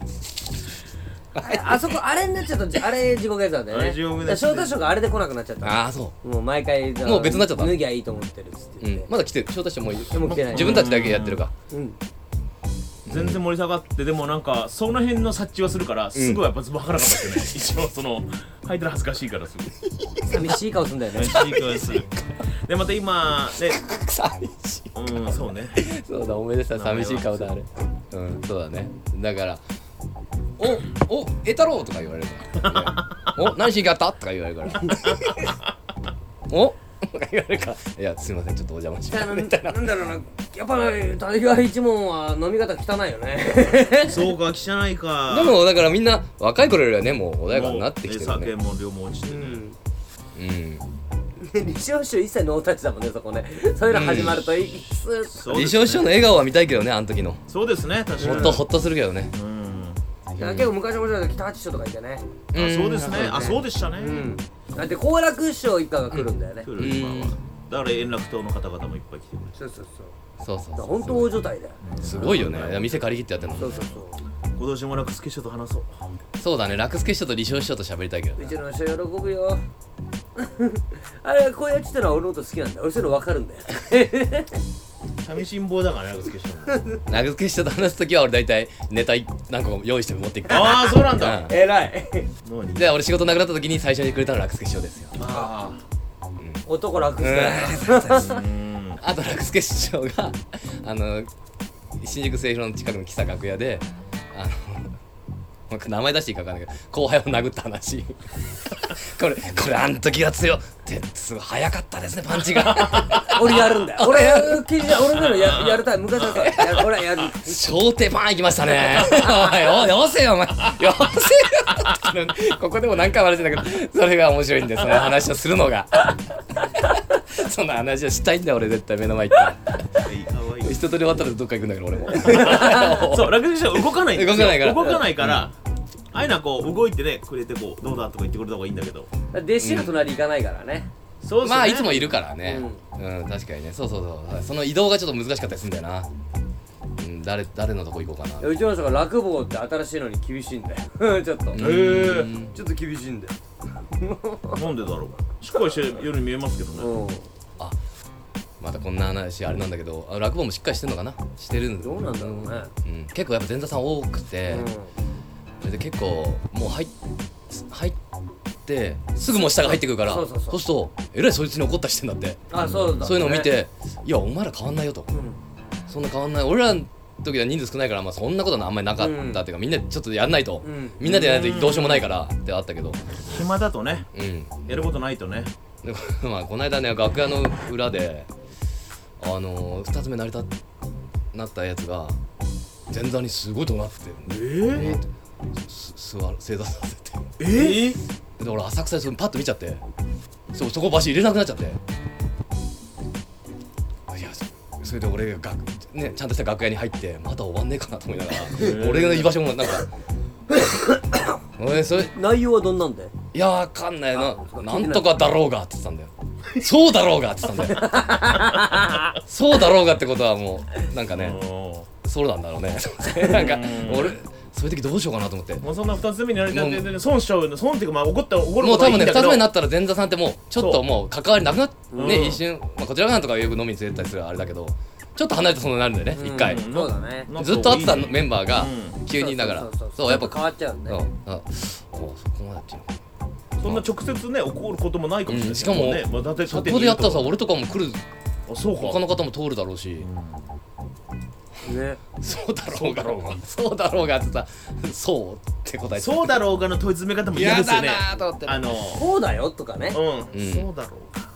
あれあそこあれになっちゃったじゃあれ地獄絵図だよ
あ
ね
れ地獄絵図です
翔太賞があれで来なくなっちゃった
ああそ
もう毎回だから
もう別になっちゃった
脱ぎゃいいと思ってるっつって
う、う
言っ
ん
て、
まだ来てる翔太師匠もういる
でも来てない
自分たちだけやってるか
うん
全然盛り下がってでもなんかその辺の察知はするからすごいやっぱズボン履かなかったですよね、一応その履いたら恥ずかしいからすごい
寂しい顔すんだよ [laughs] ね
嬉しいですでまた今ね
寂しい
うんそうね
そうだおめでたい寂しい顔だあれうんそうだねだから「おおえ太郎」とか言われるから「お何しに行った?」とか言われるから [laughs] 「おとか言われるから「いやすいませんちょっとお邪魔しま
あ
す
のなんだろうなやっぱ谷川一門は飲み方汚いよ [laughs] ね
そうか汚い」か
でもだからみんな若い頃よりはねもう穏やかになってきてるよ
もうね
ね
酒も量も落ちて
う
ね、
ん
うん
李承信一切ノータッチだもんねそこねそういうの始まるといつ、
そう
李
です
承師匠の
ね
笑顔は見たいけどねあの時の
そうですね確
ほ
か
っ
に
とほっとするけどね
うん
あ結構昔面白いけど北八師匠とかいてね
あそうですね
うん
あそうでしたね、
うんだって好楽師匠一家が来るんだよね、
来る今はだから円楽党の方々もいっぱい来てくれて
そうそうそう
そうそう
だから
そ
本当大所帯だよ
うすごいよねいや店借り切ってやってんの
そうそうそう
今年も楽助師匠と話そう
そうだね楽助師匠と李承師匠と喋りたいけど
う
ね
ちの師匠喜ぶよ [laughs] あれこうやってたのは俺のこと好きなんだ俺そういうの分かるんだよ
寂しん坊だから楽助師匠も
楽助師匠と話す時は俺大体ネタ何個も用意して持っていくから
[laughs] ああそうなんだ
う
えらい
何
んで俺仕事なくなった時に最初にくれたの楽助師匠ですよ
あ
男楽して
あうん
あと楽助師匠が [laughs] あの新宿西広の近くの喫茶楽屋であの僕名前出していいか分かんないけど後輩を殴った話 [laughs] これこれあの時が強ってすごい早かったですねパンチが
俺やるんだよ [laughs] 俺やる気に俺なのややるタイプ昔はさや [laughs] る俺はやる
小手パン行きましたねおいよよせよお前よせよ [laughs] ここでも何回も話してんだけどそれが面白いんでその話をするのが [laughs] そんな話をしたいんだ俺絶対目の前行って。
かわいい
人とで渡るとどっか行くんだけど俺も [laughs]
そう楽師匠動かないんですよ
動かないから
動かないからああいうのはこう動いてねくれてこうどうだとか言ってくれた方がいいんだけど
弟子の隣行かないからね、
そうっすね
まあいつもいるからねうん、確かにねそうそうそうその移動がちょっと難しかったりするんだよなうん誰誰のとこ行こうかな
うちの人が落語って新しいのに厳しいんだよ [laughs] ちょっと、
へえ
ちょっと厳しいんだよ
なんでだろうしっかりしてるように見えますけどね
う
またこんな話あれなんだけどあ落語もしっかりしてんのかなしてる
んどうなんだろうね、
うん、結構やっぱ前座さん多くて、で結構もう入っ入ってすぐもう下が入ってくるから
そうそうそう
するとえらいそいつに怒ったりしてんだって
あそうだ、ね、
そういうのを見て「いやお前ら変わんないよ」と。そんな変わんない俺らの時は人数少ないから、まあ、そんなことはあんまりなかったっていうか、みんなちょっとやんないと、
うん
みんなでやらないとどうしようもないからってあったけど
暇だとね
うん
やることないとね
で [laughs] こまあこの間ね楽屋の裏であのー、2つ目成り立っなったやつが前座にすごい怒鳴って
え
す座る正座させて
ええ
で俺浅草でそれパッと見ちゃってそうそこ場所入れなくなっちゃってあいやそそれで俺が楽、ね、ちゃんとした楽屋に入ってまだ終わんねえかなと思いながら俺の居場所もなんか俺それ
内容はどんなんだよ
いやわかんないな
あ
なんとかだろうがって言ってたんだよそうだろうがって言ってたんだよそうだろうがってことはもうなんかね
も
そうなんだろうね [laughs] なんか俺そういう時どうしようかなと思って
うそんな二つ目になりたい
もう
全然損しちゃうの損っていうかまあ怒ったら怒る
も
こ
う
とは
多
いい
分
ん
ね
だ
2
け
つ
ど
目になったら前座さんってもうちょっ
そ
と
う
もう関わりなくなって、
うん
ね一瞬、まあ、こちら側とかよく飲みに連れてったりするあれだけどちょっと離れたそうになるんだよね一、回
うんそうだね
なんか
ずっと会ってた
いいね
メンバーが
う
急にだから
そうそうそう
そうやっぱ
ちょと変わっちゃうん
うん
で、
う
ね
んあおうそこまでやってる
そんな直接ね怒ることもないかもしれない、
うんしかも
ね、まあ、だって
そ
他
こでやったらさ俺とかも来る
あそうか
他の方も通るだろうし、
ね
そうだろうがそうだろうがってさそうって答えて
そうだろうがの問い詰め方も嫌ですよね
嫌だなと思って
あの
こうだよとかね、
うん、
うん
そうだろうか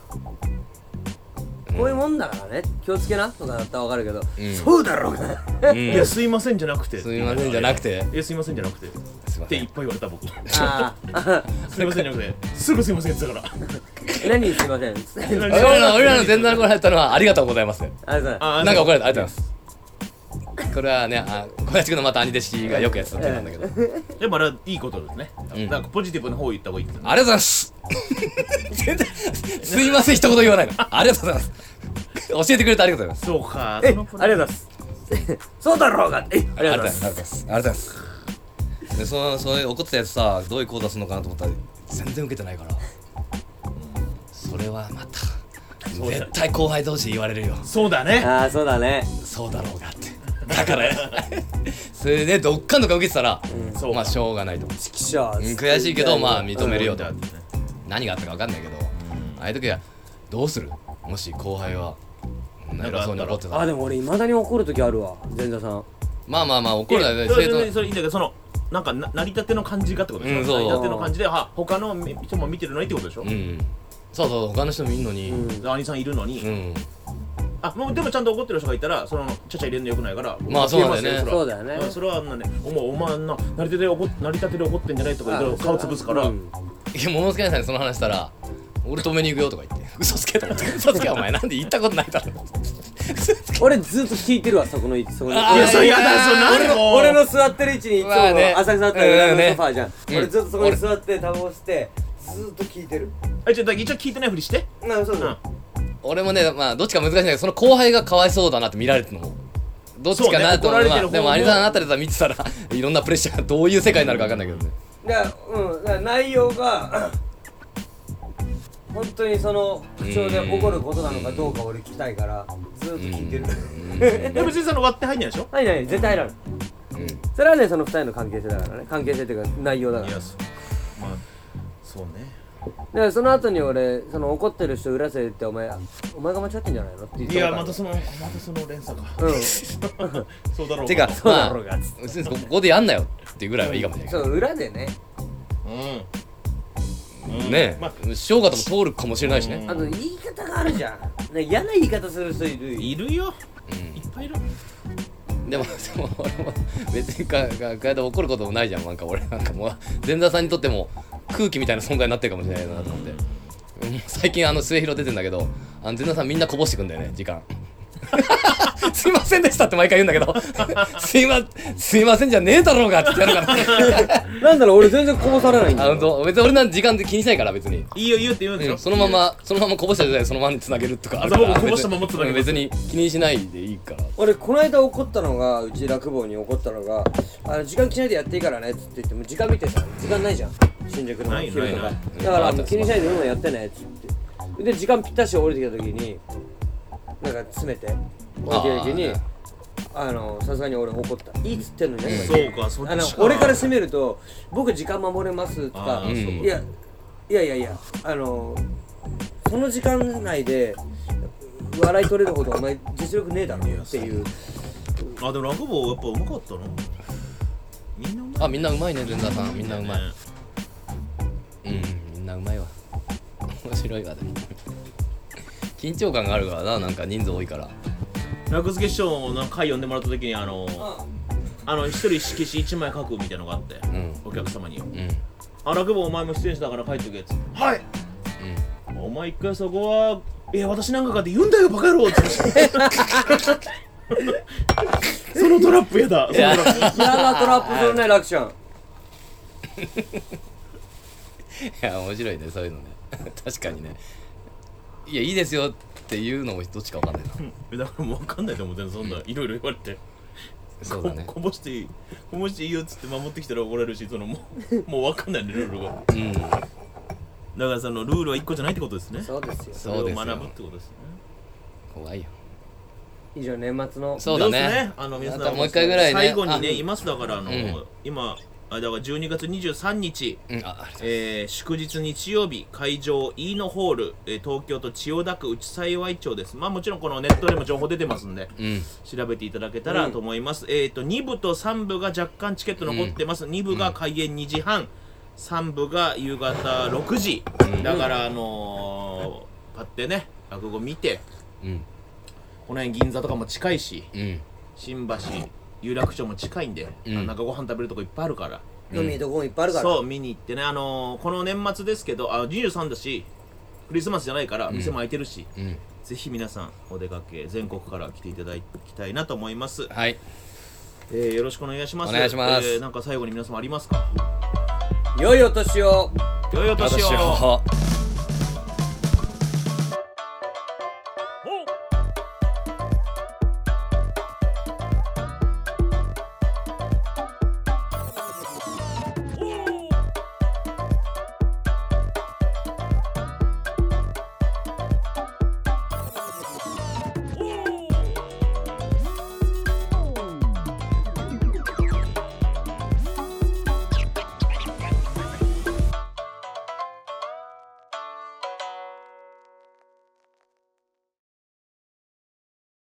こういうもんだからね気をつけなとかだったらわかるけど、
ん
そうだろうが
う
い
ん
やすいませんじゃなくて
すみませんじゃなくて
いやすいませんじゃなくてっ
すいま
て
せ
いっ
ん
ぱい言われた僕 [laughs] す
[laughs] あ
い
あ
ませんじゃなくてすぐすいませんって言ってたから
[laughs] 何すいません [laughs] つ
[laughs]
って
俺らの俺らの前座の頃やったのはありがとうございます
あれさ
あ
なんか怒られたありがとうございますこれはねあ小林君のまた兄弟子がよくやってた手なんだけどありがとう
やっぱあれはいいことですね、なんかポジティブな方を言った方がいいですね
ございます [laughs] 全然すいません一言言わないのありがとうございます教えてくれてありがとうございます
そうか
えあ
そ
りが
の
とうございますそうだろうがえありがとうございます
ありがとうございますありがとうございますでそのそれ怒ってたやつさどういう講座するのかなと思ったら全然受けてないからそれはまた
そうだ
絶対後輩同士で言われるよ
そうだね
ああそうだね
そうだろうがってだからそれでどっかんどっかん受けてたら、
そう
まあしょうがないと
指揮者
うん悔しいけどまあ認めるよと
だってね
何があったか分かんないけどああいう時はどうするもし後輩はなんかそうに怒ってた
あ
ら
でも俺いまだに怒る時あるわ前座さん
まあまあまあ怒るのはね
いや
生
それ
徒
それいいんだけどそのなんかな成り立ての感じがってことでしょ、
うんそ
成
う
り立ての感じであ他の人も見てるのにってことでしょ、
うんそうそう他の人もいんのに
兄さんいるのに、
うん
あもうでもちゃんと怒ってる人がいたらそのちゃちゃ入れんのよくないから
まあそうなんだ
消え
よね
ます
そうだよね
それはあんなねお前お前あんな成り立てで怒っ成り立てで怒ってんじゃないとか言ったら顔潰すから、
うん
いや、物好きなさんにその話したら、俺止めに行くよとか言って、 [laughs] 嘘つけと思って、嘘つけお前、なんで行ったことないだろ。
俺ずっと聞いてるわそこのそこの
あー
いやそれ嫌だそれ何
俺の俺の座ってる位置にいつも
まあね
浅草だったら
うんね
裏のソファーじゃん、
うん
俺ずっとそこに座ってタバコ吸ってずっと聞いてる
えちょっと一応聞いてないふりして
なあそう
うん
だ、
俺もね、まあ、どっちか難しいんだけど、その後輩がかわいそうだなって見られてるのも。どっちかなと思
そうね怒ら
うまあ
れてる方も
でも、アニさんあたりさ、見てたら、 [laughs] いろんなプレッシャーがどういう世界になるかわかんないけどね。
だからうんだから内容が [clears throat] 本当にその口調で怒ることなのかどうか俺聞きたいからずっと聞いてる
いや別にその割って入んないでしょ
はい [laughs] ない絶対なるそれはねその二人の関係性だからね関係性っていうか内容だから
いやそうまあそうね
だからその後に俺その怒ってる人裏せってお前お前が間違ってんじゃないのって言っ
い
て
やまたそのまたその連鎖 [laughs] か
うん
そうだろう
てか、
そう
ま
だ
あ
ろうが、
別にここでやんなよっていうぐらいはいいかもしれない
そう裏でね
うん、うん、
ね
まあ
え、しょうがとも通るかもしれないしね。
あと言い方があるじゃん、ね、嫌な言い方する人いる
いるよ、いっぱいいる
でも、でも俺も別にか、か、かで怒ることもないじゃん。なんか俺、なんかもう、前座さんにとっても空気みたいな存在になってるかもしれないなと思って。うん最近あの末広出てんだけど、あの前座さんみんなこぼしてくんだよね、
[laughs]
時間。すいませんでしたって毎回言うんだけど、 [laughs] すいま、すいませんじゃねえだろうがって言ってや
[laughs]
るから。
なんだろう俺全然こぼされないん
あ
だよ
のど別に俺なんて時間で気にしないから別に。
いいよいいよって言うんでしょ、
そのまま、そのままこぼしたじゃない、そのままにつなげるとかある
あそうこぼしたまま繋げます
別に気にしないでいいから。
俺この間怒ったのがうち落語に怒ったのがあの時間気にしないでやっていいからねっつって言っても時間見てさ時間ないじゃん新宿の
ない
昼とか
ない
ない
だからあ
う
の
ん
気にしないでどんどんやってねっつってで時間ぴったし降りてきた時になんか詰めて降りてきた時に
あー
あのさすがに俺怒ったいいっつってんのに、ね
そうかそ
あ
っ
の
ちか
俺から攻めると僕時間守れますと
あ
か
ー
そ
い
う
やいやいやいやあのその時間内で笑い取れるほどお前実力ねえだろっていう
あでも落語やっぱうまかったなみんなうまい
あ、みんなうまいね、前座さん。みんなうまい
ね。
うんみんなうまいわ面白いわでも緊張感があるからななんか人数多いから
落語師匠の回呼んでもらった時にあのあの一人色紙一枚書くみたいなのがあって、
ん
お客様に
うん
「あ落語お前も出演者だから書いておけ」っつって「はい!」お前一回そこは「いや私なんかか」って言うんだよバカ野郎っつ [laughs] ってそのトラップやだそのトラップ
嫌なトラップするね楽ちゃん
いや面白いねそういうのね [laughs] 確かにねいやいいですよっていうのもどっちかわかんないな
うんだからもう分かんないと思う全然そんないろいろ言われて
そうだね
ここぼ [laughs] していいこぼしていいよっつって守ってきたら怒られるしそのもう [laughs] もう分かんないねルールが
うん
だからそのルールは一個じゃないってことですね
そうですよ
そうです
れを学ぶ
よ
ってことですね
怖いよ
以上年末の
そうだね
あの皆
あ
さ
と
ん
もう一回ぐらいね
最後に
あ
ねいますだからあの、
うん
今あだから12月23日、
うん、あ、ありがとう
えー祝日日曜日会場飯野ホール、えー東京都千代田区内幸町ですまあもちろんこのネットでも情報出てますんで、
ん
調べていただけたらと思います、えっ、と2部と3部が若干チケット残ってます、2部が開演2時半3部が夕方6時、だからあのー、買ってね落語見て
うん、
この辺銀座とかも近いし
うん、
新橋有楽町も近いんで、
うん
なんかご飯食べるとこいっぱいあるから
飲みにどこもいっぱいあるから
そう見に行ってねあのー、この年末ですけどあ23だしクリスマスじゃないから店も開いてるし、
うん。
ぜひ皆さんお出かけ全国から来ていただきたいなと思います、
はい。
えー、よろしくお願いします
お願いします
えー、なんか最後に皆様ありますか
良いお年を
良いお年を
私は